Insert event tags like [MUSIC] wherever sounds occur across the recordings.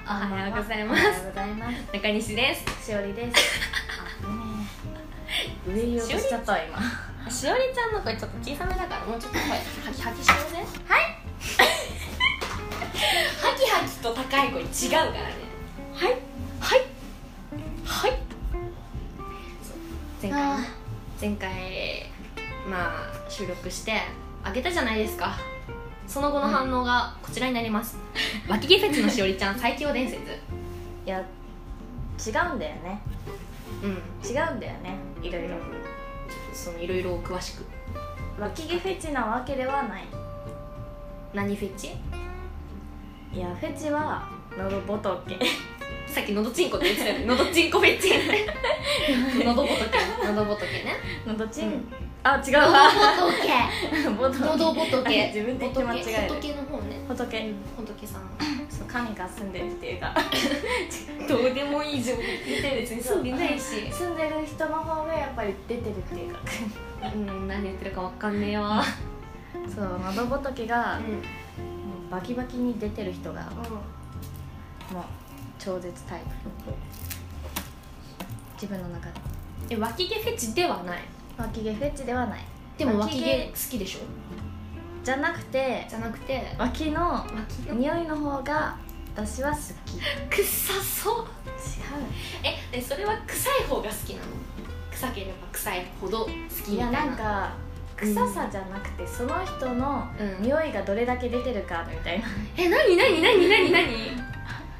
ざいますおはようございます中西ですしおりです。あ、ねえ。上言おうとしちゃったわ今。しおりちゃんの声ちょっと小さめだからもうちょっと声ハキハキしませんはいハキハキと高い声違うからねはいはいはい前回あね前回まあ収録してあげたじゃないですかその後の反応がこちらになります、 [LAUGHS] 脇毛フェチのしおりちゃん最強伝説いや、違うんだよね。うん違うんだよね。いろいろ。そのいろいろ詳しく脇毛フェチなわけではない。何フェチいや、フェチは喉仏。さっきのどちんこって言ってたよねのどちんこフェチ [LAUGHS] のどぼとけのどぼとけね喉チうんン。あ、違うのわ。どぼとけ [LAUGHS] 仏のどぼと [LAUGHS] け自分で言って間違える仏の方ね仏。仏さんそう、神が住んでるっていうか。どうでもいいじゃん出てる別に住んでないし。し住んでる人の方がやっぱり出てるっていうか。うん何言ってるかわかんねえわそう、喉仏がう。んもうバキバキに出てる人がもう超絶タイプ自分の中でえ脇毛フェチではない脇毛フェチではないでも脇脇毛毛好きでしょじゃなくてじゃなくて脇の脇毛匂いの方が私は好き違う臭そうえでそれは臭い方が好きなの臭ければ臭いほど好きいみたやいななんかうん臭さじゃなくてその人のうん匂いがどれだけ出てるかみたいなえなになになになになに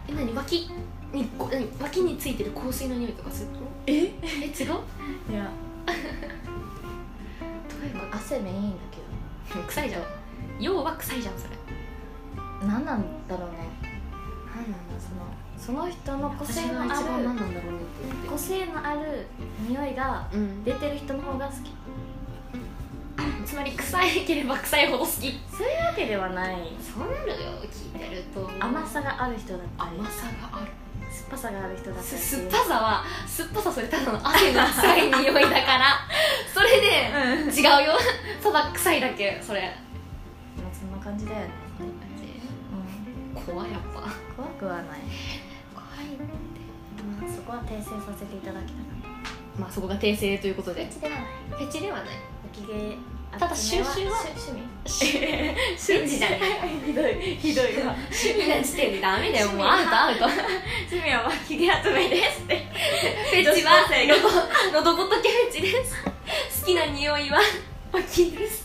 えなに脇にこ何脇についてる香水の匂いとかするのええ違うどいやういうこ汗メインだと臭いじゃん要は臭いじゃんそれけど何なんだろうね何なんだそのその人の個私性のがあ一番何るなんだろうねって思個っ性のある匂いがてうん出てる人の方が好きつまり臭いければ臭いほど好きそういうわけではないそうなるよ聞いてると甘さがある人だったり甘さがある酸っぱさがある人だったりす酸っぱさは酸っぱさそれただの汗の臭い匂いだから [LAUGHS] それでうん違うよ [LAUGHS] ただ臭いだけそれまあそんな感じだよね、怖いやっぱうん、怖くはない、怖いまあ、そこは訂正させていただきたかっまあそこが訂正ということたでフェチではないフェチではないおきげただ収集は趣味趣 [LAUGHS] 趣味じゃないひどいひどいわ味な時点でダメだよもうアウ趣味トアウトフ趣味は脇毛集めですってェチはのどのどぼとけフェチです好きな匂いは脇 [LAUGHS] です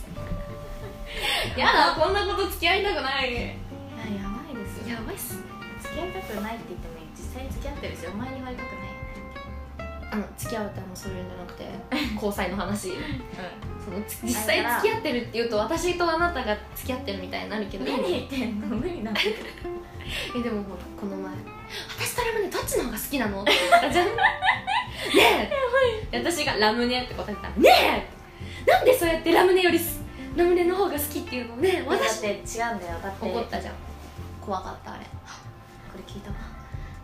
やだこんなこと付き合いたくないいややばいですよやばいっすね付き合いたくないって言っても実際に付き合ってるしお前に言われたくないあの付き合うってあのそういうんじゃなくて [LAUGHS] 交際の話そのつ実際だから付き合ってるっていうと私とあなたが付き合ってるみたいになるけど何言ってんの無理なんだ [LAUGHS] けどえでもほらこの前私とラムネどっちの方が好きな [LAUGHS] のって言ったじゃんねえで私がラムネって答えたらねえなんでそうやってラムネよりすラムネの方が好きっていうのねえだっ私て違うんだよだって怒っこたじゃん怖かったあれれ聞いたわ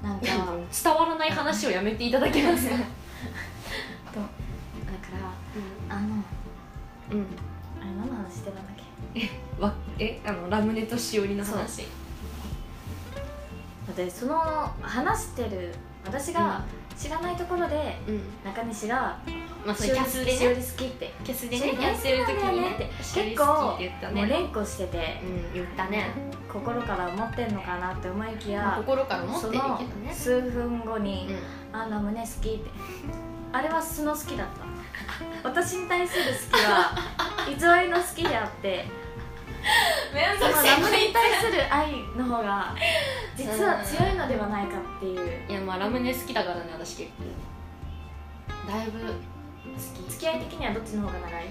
なん [LAUGHS] いやか伝わらない話をやめていただけますかとだからあのうん、あれ何の話してたんだっけわえあのラムネとしおりの話だってその話してる私が知らないところでう、ん、中西がまあそれキャスでしおねり好きってキャスでしおねりキャスする時にね結構しおり好きって言ったもうね連呼しててうん言ったね、心から思ってんのかなって思いきまあ、や心から思ってそるけどのね数分後にうん「あんな胸好き」ってあれは素の好きだった私に対する好き [LAUGHS] は偽りの好きであってめんそのラムネに対する愛の方が実は強いのではないかっていういやまあラムネ好きだからね私結構だいぶ好き付き合い的にはどっちの方が長い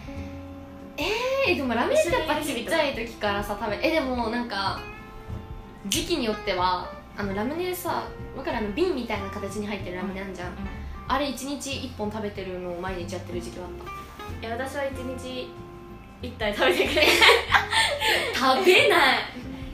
えでもラムネってやっぱちっちゃい時からさ食べえでもなんか時期によってはあのラムネさわかるあの瓶みたいな形に入ってるラムネあんじゃんあれ1日1本食べてるのを毎日やってる時期はあっいや私は一日一体食べてくれた食べない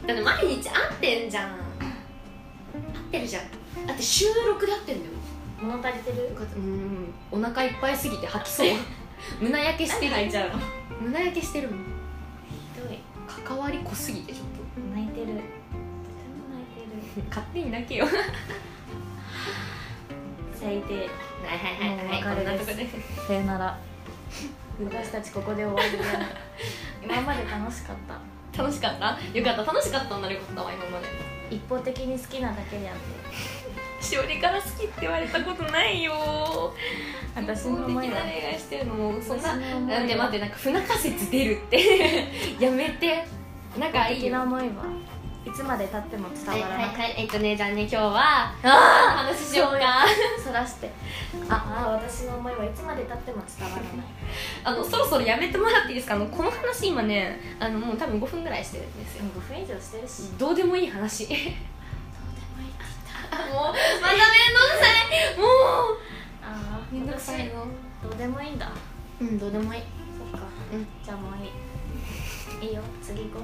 だって毎日合ってんじゃん合ってるじゃんだって収録で合ってんだよ [LAUGHS] 物足りてるうんお腹いっぱいすぎて吐きそう [LAUGHS] 胸焼けしてる泣いちゃうのひ胸焼けしてるもんどい関わり [LAUGHS] 濃すぎてちょっと泣いてるとても泣いてる勝手に泣けよ咲いてはいはいはいはいもう別れですこんなとこさよなら私たちここで終わりだね [LAUGHS] 今まで楽しかったで楽しかったよかった楽しかったんならよかったわ今まで一方的に好きなだけであってしおりから好きって言われたことないよ私の思い一は方的な恋愛してるのもそんな私の思いはなんで待ってなんか不仲説出るって [LAUGHS] やめて仲いい的なよ思いはいつまでたってもはい伝わはらいない、はいえっとねじゃあね今日はあ話しようかそらしてああ私の思いはいつまでたっても伝わらないあのそろそろやめてもらっていいですかあのこの話今ねあのもう多分5分ぐらいしてるんですよ5分以上してるしどうでもいい話もうどうでもいいって言っまためんどくさいもたあうめんどくさいのどうでもいいんだうんどうでもいいそっかうんじゃあもういいいいよ次行こう、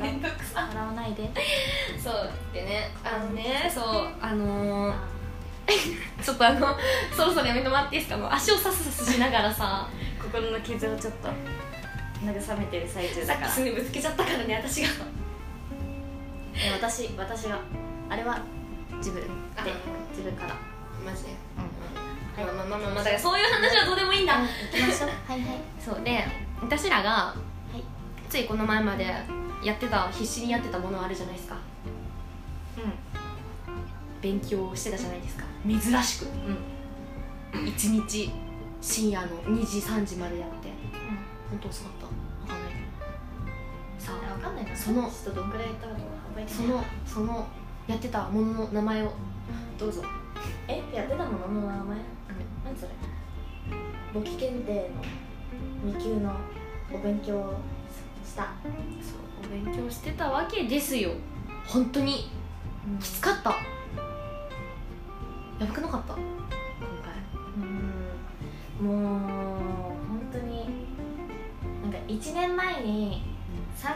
笑どくさわ笑わないでそうでねあのねそうあのーあちょっとあのそろそろやめてもらっていいですかもう足をさすさすしながらさー心の傷をちょっと慰めてる最中さっだからきすねぶつけちゃったからね私がいや私私があれは自分であ自分からマジでうんまあまあまあまあまあだからそういう話はどうでもいいんだ行きましょうはいはいそうで私らがいついこの前までやってた必死にやってたものあるじゃないですか勉強してたじゃないですか珍しくうんうん一日深夜の2時3時までやって本当遅かったわかんないけどさわかんないなその人どんくらいいたかとか覚えてないそのそのやってたものの名前をどうぞえやってたものの名前何それ簿記検定の2級のお勉強をした、そうお勉強してたわけですよ本当にきつかったやばくなかった今回うんもう本当になんか1年前に3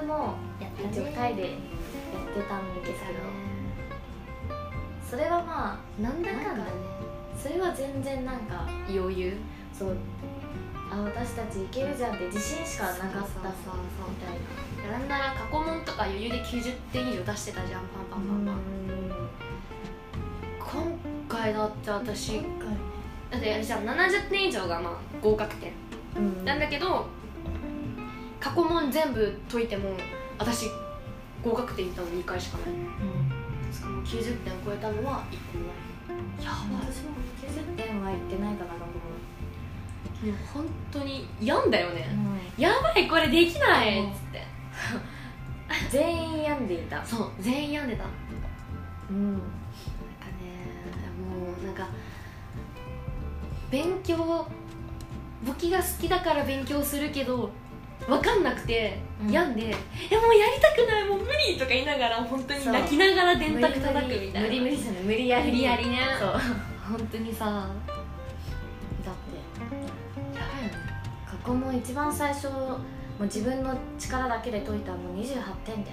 級もやっ2人でやってたんですけどそれはまなんだかんだねあそれは全然なんか余裕そうあ私たちいけるじゃんって自信しかなかったみそうそうそうそうたいななんなら過去問とか余裕で90点以上出してたじゃんパンパンパンパン、今回だって私だってあれじゃん70点以上がまあ合格点うんなんだけど過去問全部解いても私合格点いったの2回しかないしかも90点超えたのは1個もないやばい私も90点は行ってないかな僕も、もう本当に病んだよねやばいこれできないっつって全員病んでいたそう全員病んでたなんかうんねもうなんか勉強簿記が好きだから勉強するけど分かんなくてうん病んで、えもうやりたくないもう無理とか言いながら本当にそう泣きながら電卓叩くみたいな無理無理じゃない無理ややりりやりねそうだって本当にさやばいよね過去も一番最初もう自分の力だけで解いたもう28点で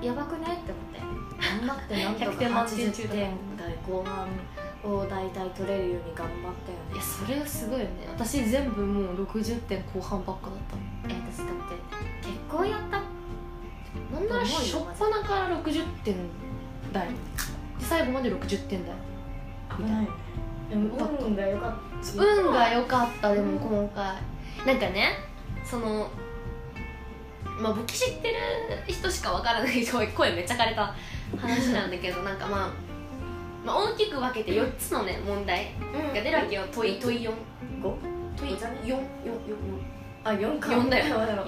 やばくねって思って頑張ってなんとか100点満点中80点台後半を大体取れるように頑張ったよねいやそれがすごいよね私全部もう60点後半ばっかだったえ私だって結婚やったなんなら初っ端から60点台で最後まで60点台みたいなでも運が良かった運が良かったでも今回なんかねそのまあ簿記知ってる人 [LAUGHS] しかわからない声声めっちゃ枯れた話なんだけ [LAUGHS] どなんかまあ、まあ、大きく分けて4つのね問題うんが出るわけよ問い問い4五問いじゃね4 4 4あ四か四だよよ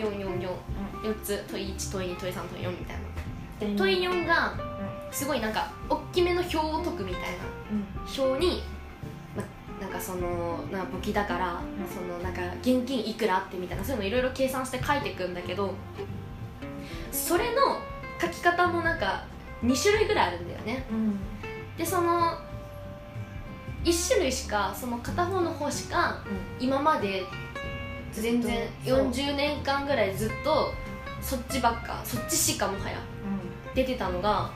4444つ問い1問い2問い3問い4みたいなで問い4がすごいなんか大きめの表を解くみたいなうん表に、ま、なんかそのなんか簿記だから、んそのなんか現金いくらあってみたいなそういうのいろいろ計算して書いていくんだけどそれの書き方もなんか2種類ぐらいあるんだよねうんでその1種類しかその片方の方しか今まで全然そう40年間ぐらいずっとそっちばっかそっちしかもはや出てたのが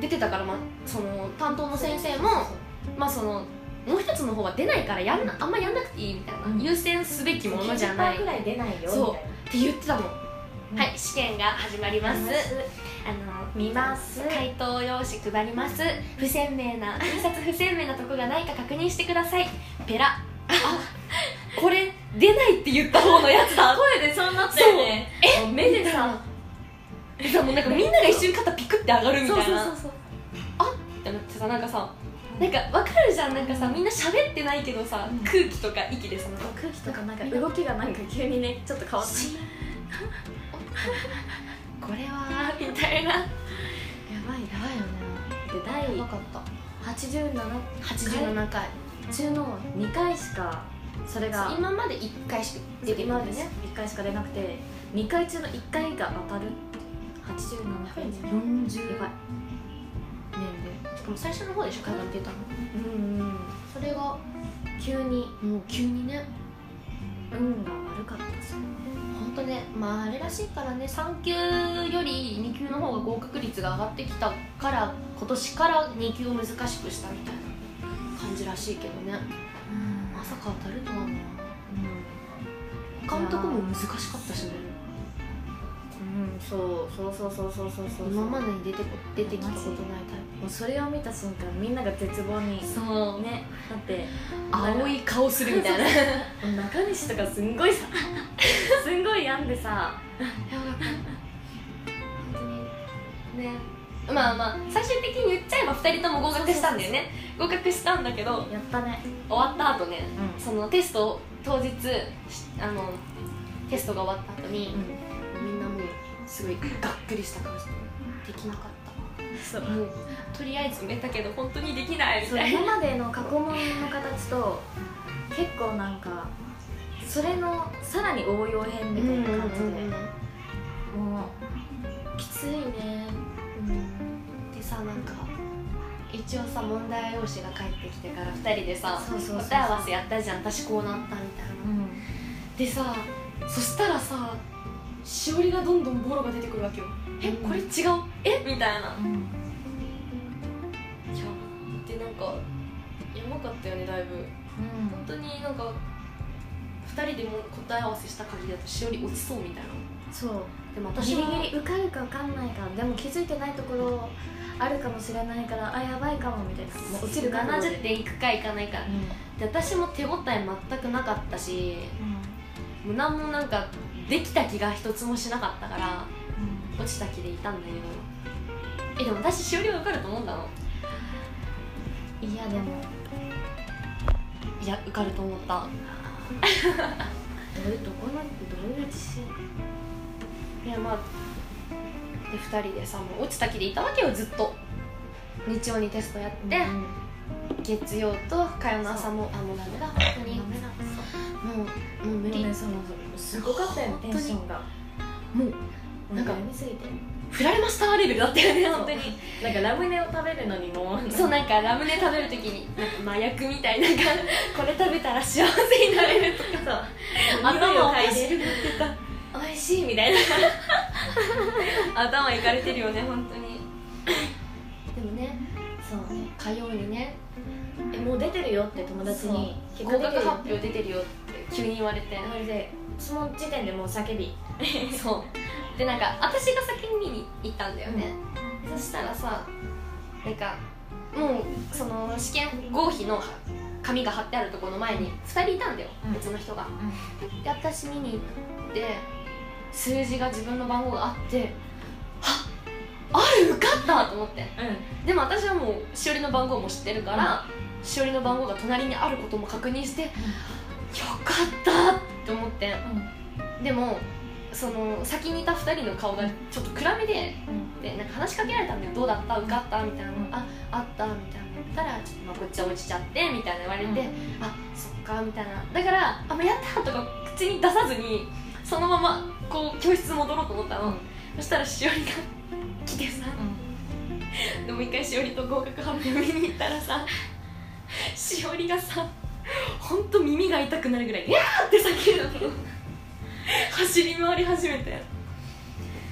出てたから、まあ、その担当の先生もまあそのもう一つの方は出ないからやんなあんまやんなくていいみたいな、うん優先すべきものじゃないっ90%ぐらい出ないよそうみたいなて言ってたのうんはい試験が始まりますあの見ます回答用紙配ります不鮮明 [LAUGHS] な印刷不鮮明なとこがないか確認してくださいペラあこれ出ないって言った方のやつだ声でそうなったよよねね目でささもうなんかみんなが一瞬肩ピクって上がるみたいなそうってなってさなんかさなんかわかるじゃんなんかさみんな喋ってないけどさ、うん空気とか息でさなんか空気とかなんか動きがなんか急にねちょっと変わったしこれはみたいなやばいばいよねで第かった87 87回中の2回しかそれが今まで1回しか出てる今んまでですね1回しか出なくて2回中の1回が当たる87回や40ばい年でしかも最初の方でしょかがってたのうんうんそれが急にもう急にね運が悪かったし本当ねまああれらしいからね3級より2級の方が合格率が上がってきたから今年から2級を難しくしたみたいな感じらしいけどねまさか当たるとはな監督も難しかったしねうん、うん、そうそうそうそうそうそうそう今まもでに出てこ出てきたことないタイうそれを見た瞬間みんなが絶望にプそうねだって青い顔するみたいなや中西とかすんごい [LAUGHS] さすんごい病んでさばかった本当にねまあまあ最終的に言っちゃえば2人とも合格したんだよね合格したんだけどやったね終わった後ねうんそのテスト当日しあのテストが終わった後に、みんなもうすごいがっくりした感じでできなかっそうたもうとりあえず埋めたけど本当にできないみそうたいな今までの過去問の形と結構なんかそれのさらに応用編みたいな感じで、もうきついねでさなんか一応さ問題用紙が返ってきてから2人でさそうそうそう答え合わせやったじゃん私こうなったみたいな、うんでさそしたらさしおりがどんどんボロが出てくるわけよえこれ違うえみたいないやでなんかやばかったよねだいぶ本当になんか2人でも答え合わせした限りだとしおり落ちそうみたいなそうでもギ私リはギリ受かるか受かんないかでも気づいてないところあるかもしれないからあやばいかもみたいなもう落ちるかな70点いくかいかないかで私も手応え全くなかったしもう何もなんかできた気が一つもしなかったから落ちた気でいたんだけどえでも私しおりは受かると思うんだのいやでもいや受かると思ったどういうどこのどういう自信いやまあで2人でさもう落ちた気でいたわけよずっと日曜にテストやって、月曜と火曜の朝もあもうダメだ本当にもうもう無理、ね、そのすごかったよねテンションがもうなんかみすぎて [LAUGHS] 振られましたレベルだったよねそう本当になんかラムネを食べるのにも [LAUGHS] そうなんかラムネ食べるときになんか麻薬みたいななんかこれ食べたら幸せになれるとかさ頭をかいでるってた美味しいみたいな頭いかれてるよね本当にでもねそうね火曜にねえもう出てるよって友達に合格発よ表出てるよって急に言われてそれでその時点でもう叫びそうでなんか私が先に見に行ったんだよね、そしたらさなんかもうその試験合否の紙が貼ってあるところの前に2人いたんだよ、うん別の人が、で私見に行って数字が自分の番号があってあっある受かったと思ってうでも私はもうしおりの番号も知ってるから、しおりの番号が隣にあることも確認して、よかったって思ってでもその先にいた2人の顔がちょっと暗めででなんか話しかけられたんだよ「どうだった受かった?」みたいな「ああった」みたいな言ったら「ちょっとまあこっちは落ちちゃって」みたいな言われて「うんあそっか」みたいなだから「あもうやった!」とか口に出さずにそのままこう教室戻ろうと思ったの、うんそしたらしおりが来てさでもう一回しおりと合格発表見に行ったらさしおりがさほんと耳が痛くなるぐらい「やー!」って叫んだの走り回り始めて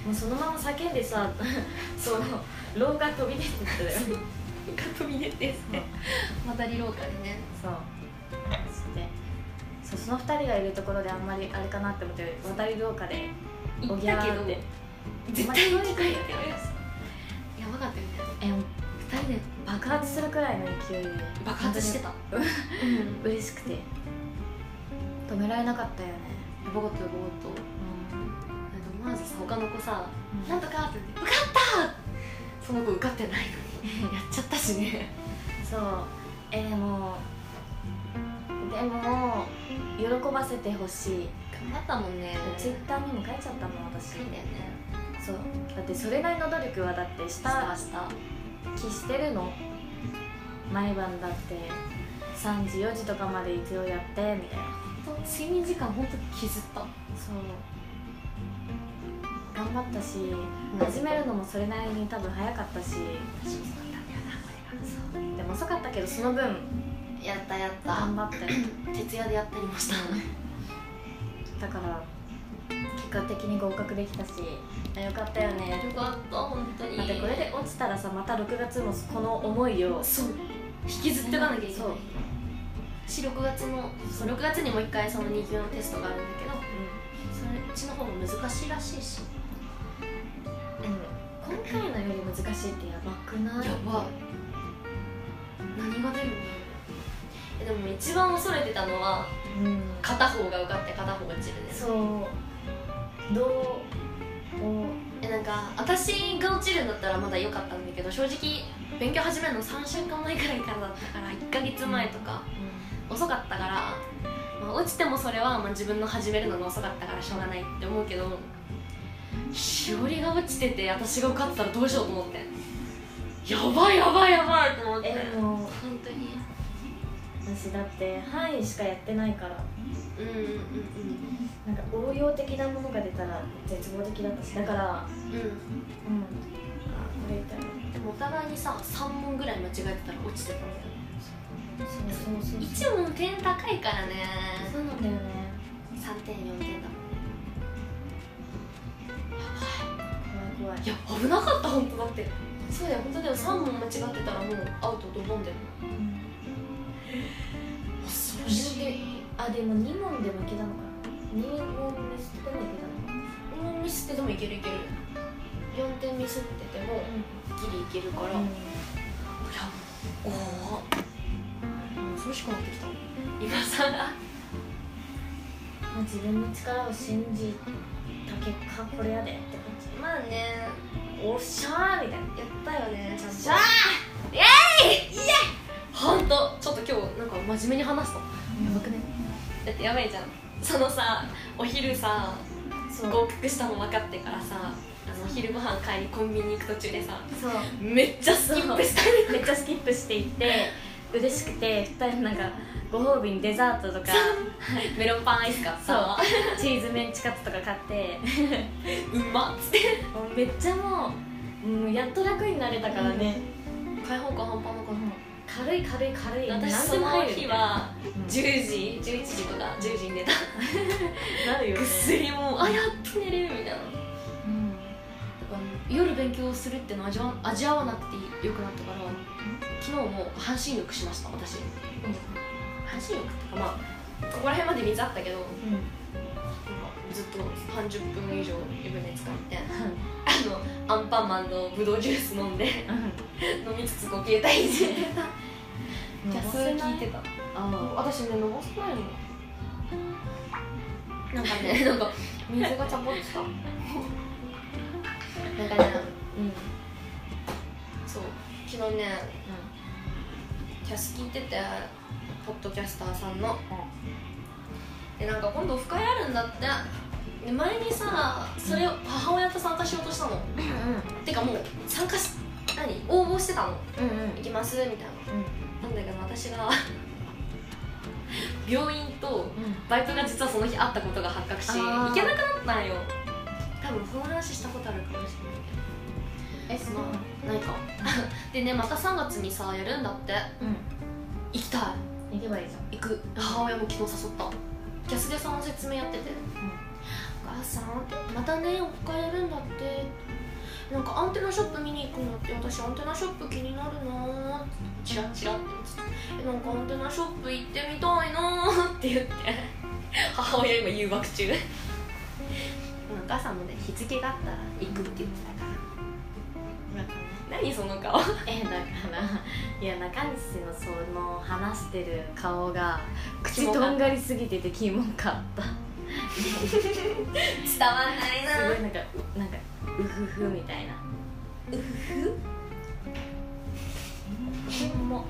もうそのまま叫んでさ [LAUGHS] その廊下飛び出てった [LAUGHS] よそうが飛び出てって渡り廊下でねそしてそうその二人がいるところであんまりあれかなって思って渡り廊下で行ったけどおぎゃーって絶対まにあ聞こえてるやばかったよねえ2人で爆発するくらいの勢いで爆発してた、本う当に嬉しくて止められなかったよねんやばかったよやばかったなんか思わずさ他の子さ「なんなんとか」って言って「受かった!」その子受かってないのに [LAUGHS] やっちゃったしねそうえでもでも喜ばせてほしい頑張ったもんねツイッターにも書いちゃったもん私いんだよねそうだってそれなりの努力はだってしたした気してるの毎晩だって3時4時とかまで一応やってみたいな本当睡眠時間本当に削ったそう頑張ったし始めるのもそれなりに多分早かったし私もそうだったんだよなこれがそうでも遅かったけどその分やったやっ頑た張ったよ徹夜でやってりましただから結果的に合格できたしあよかったよねよかった本当にだってこれで落ちたらさまた6月もこの思いをそう引きずってかなきゃいけないそう私6月のそう6月にもう一回その2級のテストがあるんだけどそれうちの方も難しいらしいしうん、今回のより難しいってやばくないやばい何が出るんだろうえでも一番恐れてたのはうん、片方が受かって片方が落ちるですそうどうをえなんか私が落ちるんだったらまだ良かったんだけど正直勉強始めるの3週間前くらいからだったから1ヶ月前とか遅かったから、まあ、落ちてもそれはまあ自分の始めるのが遅かったからしょうがないって思うけどしおりが落ちてて私が受かったらどうしようと思ってやばいやばいやばいと思って、えでも本当に私だって範囲しかやってないからうんうんなんか応用的なものが出たら絶望的だったしだからうんうんうんうんこれ痛いでもお互いにさ3問ぐらい間違えてたら落ちてたんだよねそうそうそうそう1問点高いからねそうなんだよね3点4点だもんね怖い怖いいや危なかった本当だってそうだよ本当だよ3問間違ってたらもうアウトドボンだよ恐ろしいあでも2問でもいけたのかな2問ミスってもいけたのかなうんミスっててもいけるいける4点ミスっててもギリいけるから、ういんやおお恐ろしくなってきた今さらまあ自分の力を信じた結果これやでって感じまあねおっしゃーみたやっいなたよねちゃんとしゃほんとちょっと今日なんか真面目に話したやばくねだってやばいじゃんそのさお昼さそう合格したの分かってからさあのお昼ご飯買いにコンビニ行く途中でさそうめっちゃスキップしためっちゃスキップしていって嬉しくて2人なんかご褒美にデザートとかメロンパンアイス買ったわチーズメンチカツとか買ってうまっつってもうめっちゃもうもうやっと楽になれたからね、開放感半端なかっ軽い軽い軽いた私何そでもの入る日はうん10時11時とか10時に寝たなるよぐねっすりもうあやっと寝れるみたいなうん夜勉強するっての味わ味わわなくてよくなったから昨日も半身浴しました私半身浴ってかまあここら辺まで水あったけどうんうんずっと30分以上湯船使ってあのアンパンマンのブドウジュース飲んで [LAUGHS] 飲みつつこう携帯いじってたう [LAUGHS] んじゃあそれ聞いてたあ私ね伸ばせないの [LAUGHS] なんかねなんか水がちゃぽっとしたなんかねあうんそう昨日ねキャス聞いててポッドキャスターさんのでなんか今度オフ会あるんだってで前にさそれを母親と参加しようとしたのてかもう参加し何応募してたのうんうんうん行きますみたいななんだけど私が [LAUGHS] 病院とうんバイトが実はその日あったことが発覚しあー行けなくなったんよ多分その話したことあるかもしれないけえそどのまあないか [LAUGHS] でねまた3月にさやるんだってう行きたいん行けばいいじゃん行く母親も昨日誘ったキャスでさんの説明やってて、お母さんまたねオフ会やるんだってなんかアンテナショップ見に行くのって私アンテナショップ気になるなーってチラッチラって言っててえなんかアンテナショップ行ってみたいなーって言って母親今誘惑中お母さんもね日付があったら行くって言ってたから何その顔えだからいや中西のその話してる顔 [LAUGHS] が口とんがりすぎててキモかった伝わんないすごいなんかなんかうふふみたいなうふふも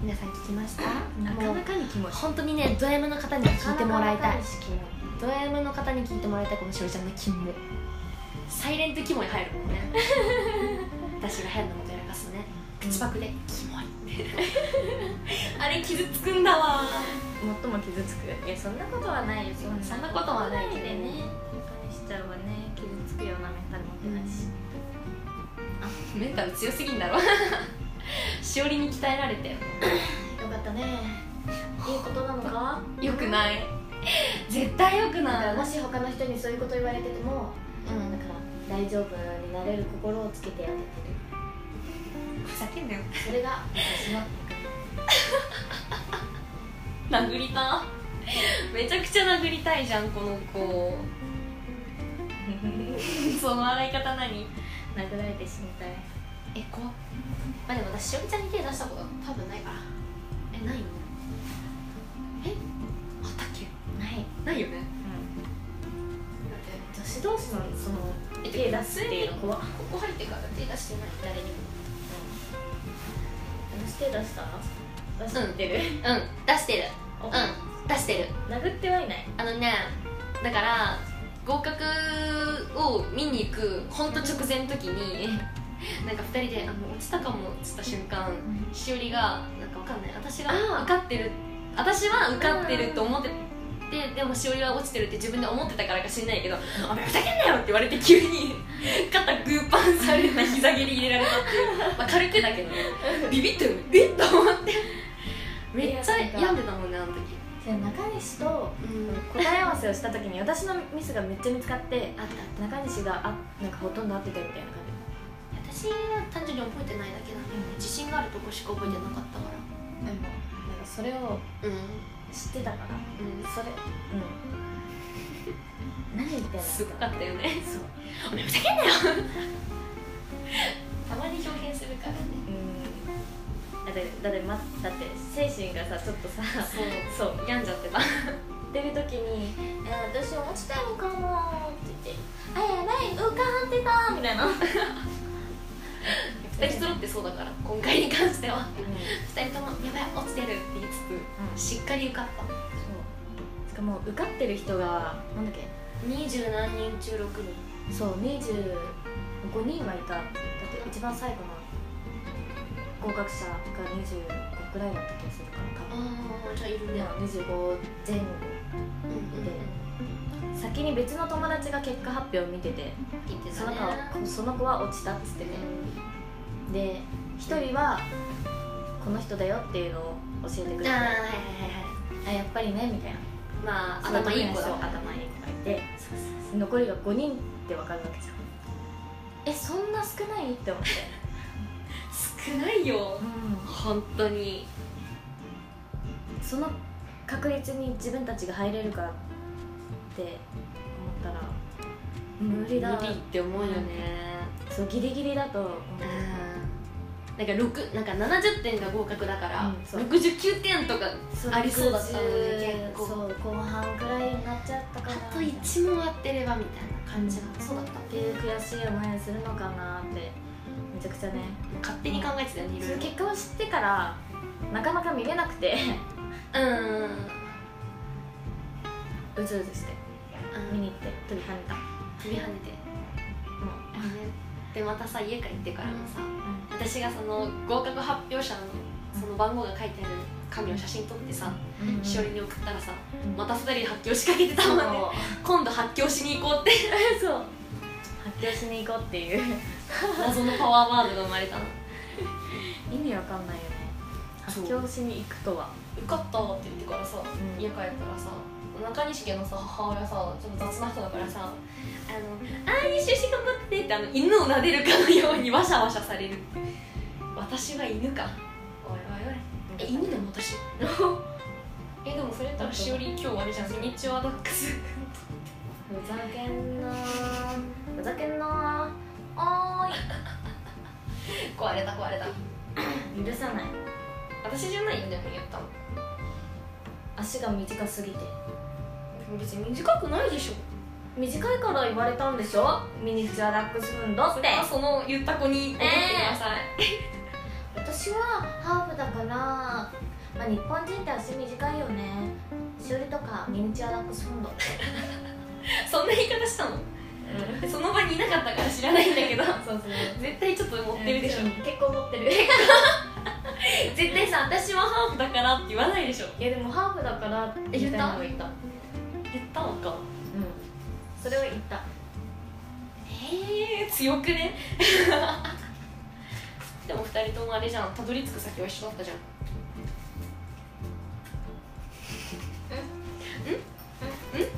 皆さん聞きましたなかもなうかにキモい本当にねド M の方には聞いてもらいたいキモド M の方に聞いてもらいたいこのしおりちゃんのキモサイレントキモに入るもん [LAUGHS] ね私が変なことやらかすね口パクでキモいって [LAUGHS] あれ傷つくんだわ最も傷つくいやそんなことはないよそんそんなことはないけどでね彼氏ちゃんはね傷つくようなメンタル持ってないし、メンタル強すぎんだろ [LAUGHS] しおりに鍛えられてよかったねいいことなのかよくない絶対よくだかならいもし他の人にそういうこと言われててもうだんから大丈夫になれる心をつけてやってふざけんなよるそれが私 [LAUGHS] の殴りためちゃくちゃ殴りたいじゃんこの子その洗い方何殴られて死にたいえ怖っまあでも私しおりちゃんに手出したこと多分ないからえないよねえあったっけない、ないよねうだっん、女子同士のそのて手出すっていうの怖っここ入ってから手出してない誰にも私手出した出してる、うん出してるううん出してる殴ってはいないあのねだから合格を見に行くほんと直前の時になんか2人であの落ちたかもっつった瞬間 [LAUGHS] しおりがなんかわかんない私があー受かってる私は受かってると思っててでもしおりは落ちてるって自分で思ってたからか知んないけど「お前ふざけんなよ!」って言われて急に [LAUGHS] 肩グーパンされた膝蹴り入れられたっていう、まあ、軽くだけどねビビったよねえっと思ってめっちゃ病んでたもんねあの時それ中西とうん答え合わせをした時に私のミスがめっちゃ見つかってあった中西があなんかほとんど合ってたみたいな感私は単純に覚えてないだけなので、自信があるとこしか覚えてなかったかじでもなんかそれをらうん知ってたからうんそれ [LAUGHS] うん何言ってんのすごかったよね [LAUGHS] そうお前ふざけんなよ [LAUGHS] たまに表現するからねうんだってだって,、ま、だって精神がさちょっとさ [LAUGHS] そうそう病んじゃ [LAUGHS] ってたってる時に「いや私落ちたのかも」って言って「あやばい浮かんでた」みたいな、 2人揃ってそうだから今回に関してはそ2人とも「やばい落ちてる」って言いつうつしっかり受かったしかも受かってる人がなんだっけ二十何人中6人そう25人はいただって一番最後の合格者が25くらいだった気がするから多分ああじゃあいるでも25前後うんうん先に別の友達が結果発表を見てて言ってそたのね子はその子は落ちたっつってねで一人はこの人だよっていうのを教えてくれあてあはいはいあはいはやっぱりねみたいないまあ頭いい子だそう頭いい子がいて残りが5人って分かるわけじゃんえそんな少ないって思って、少ないよう本当にん、その確率に自分たちが入れるかって思ったら無理だ無理って思うよねそうギリギリだと思っなてんか6なんか70点が合格だから、うんそう69点とかそありそうだったのに60結構そう後半ぐらいになっちゃったかなあと1問合ってればみたいな感じの、そうだったっていう悔しい思いをするのかなってめちゃくちゃね勝手に考えてたよねいろいその結果を知ってからなかなか見れなくてろうんうずうずして見に行って飛び跳ねた、飛び跳ねてもうでまたさ家帰ってからもさ私がその合格発表者のその番号が書いてある紙を写真撮ってさ、うんしおりに送ったらさうんまた2人で発狂しかけてたもそうんね今度発狂しに行こうってそう発表しに行こうっていう謎のパワーワードが生まれたの意味わかんないよね発そう表しに行くとは受かったって言ってからさ、ん家帰ったらさ中西家のさ母親さちょっと雑な人だからさ「あのあー西修士頑張って」ってあの犬を撫でるかのようにわしゃわしゃされる私は犬かおいおいおいえ犬でも私えでもそれやったらしおり今日あれじゃん日中はダックスふざけんなふざけんなおー [LAUGHS] 壊れた壊れたい許さない私じゃないんでも言ったの足が短すぎて別に短くないでしょ短いから言われたんでしょミニチュアダックスフンドってその言った子に怒ってください、私はハーフだから、まあ、日本人って足短いよねしおりとかミニチュアダックスフンドそんな言い方したのうその場にいなかったから知らないんだけどそうそう [LAUGHS] 絶対ちょっと持ってるでしょ、結構持ってる絶対さ私はハーフだからって言わないでしょ [LAUGHS] いやでもハーフだからってえ言ったみいなの言った、うん、言ったのかそれを言ったえー、強くね [LAUGHS] でも2人ともあれじゃんたどり着く先は一緒だったじゃんうんうん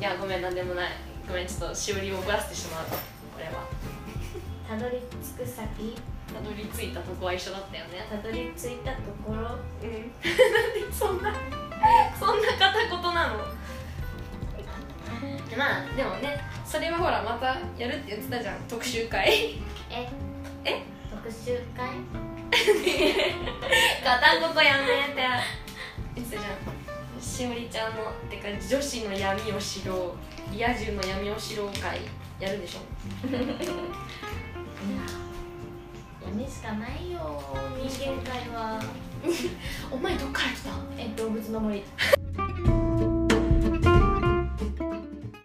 いやごめんなんでもないごめんちょっとしおりを怒らせてしまうこれはたどり着く先たどり着いたとこは一緒だったよねたどり着いたとこうろん [LAUGHS] なんでそんなそんな片言なのまあでもねそれはほらまたやるって言ってたじゃん特集会ええ特集会片言やめて言ってたじゃんしおりちゃんのてか女子の闇を知ろうリア充の闇を知ろう会やるでしょ闇しかないよ人間界はお前どっから来たえ動物の森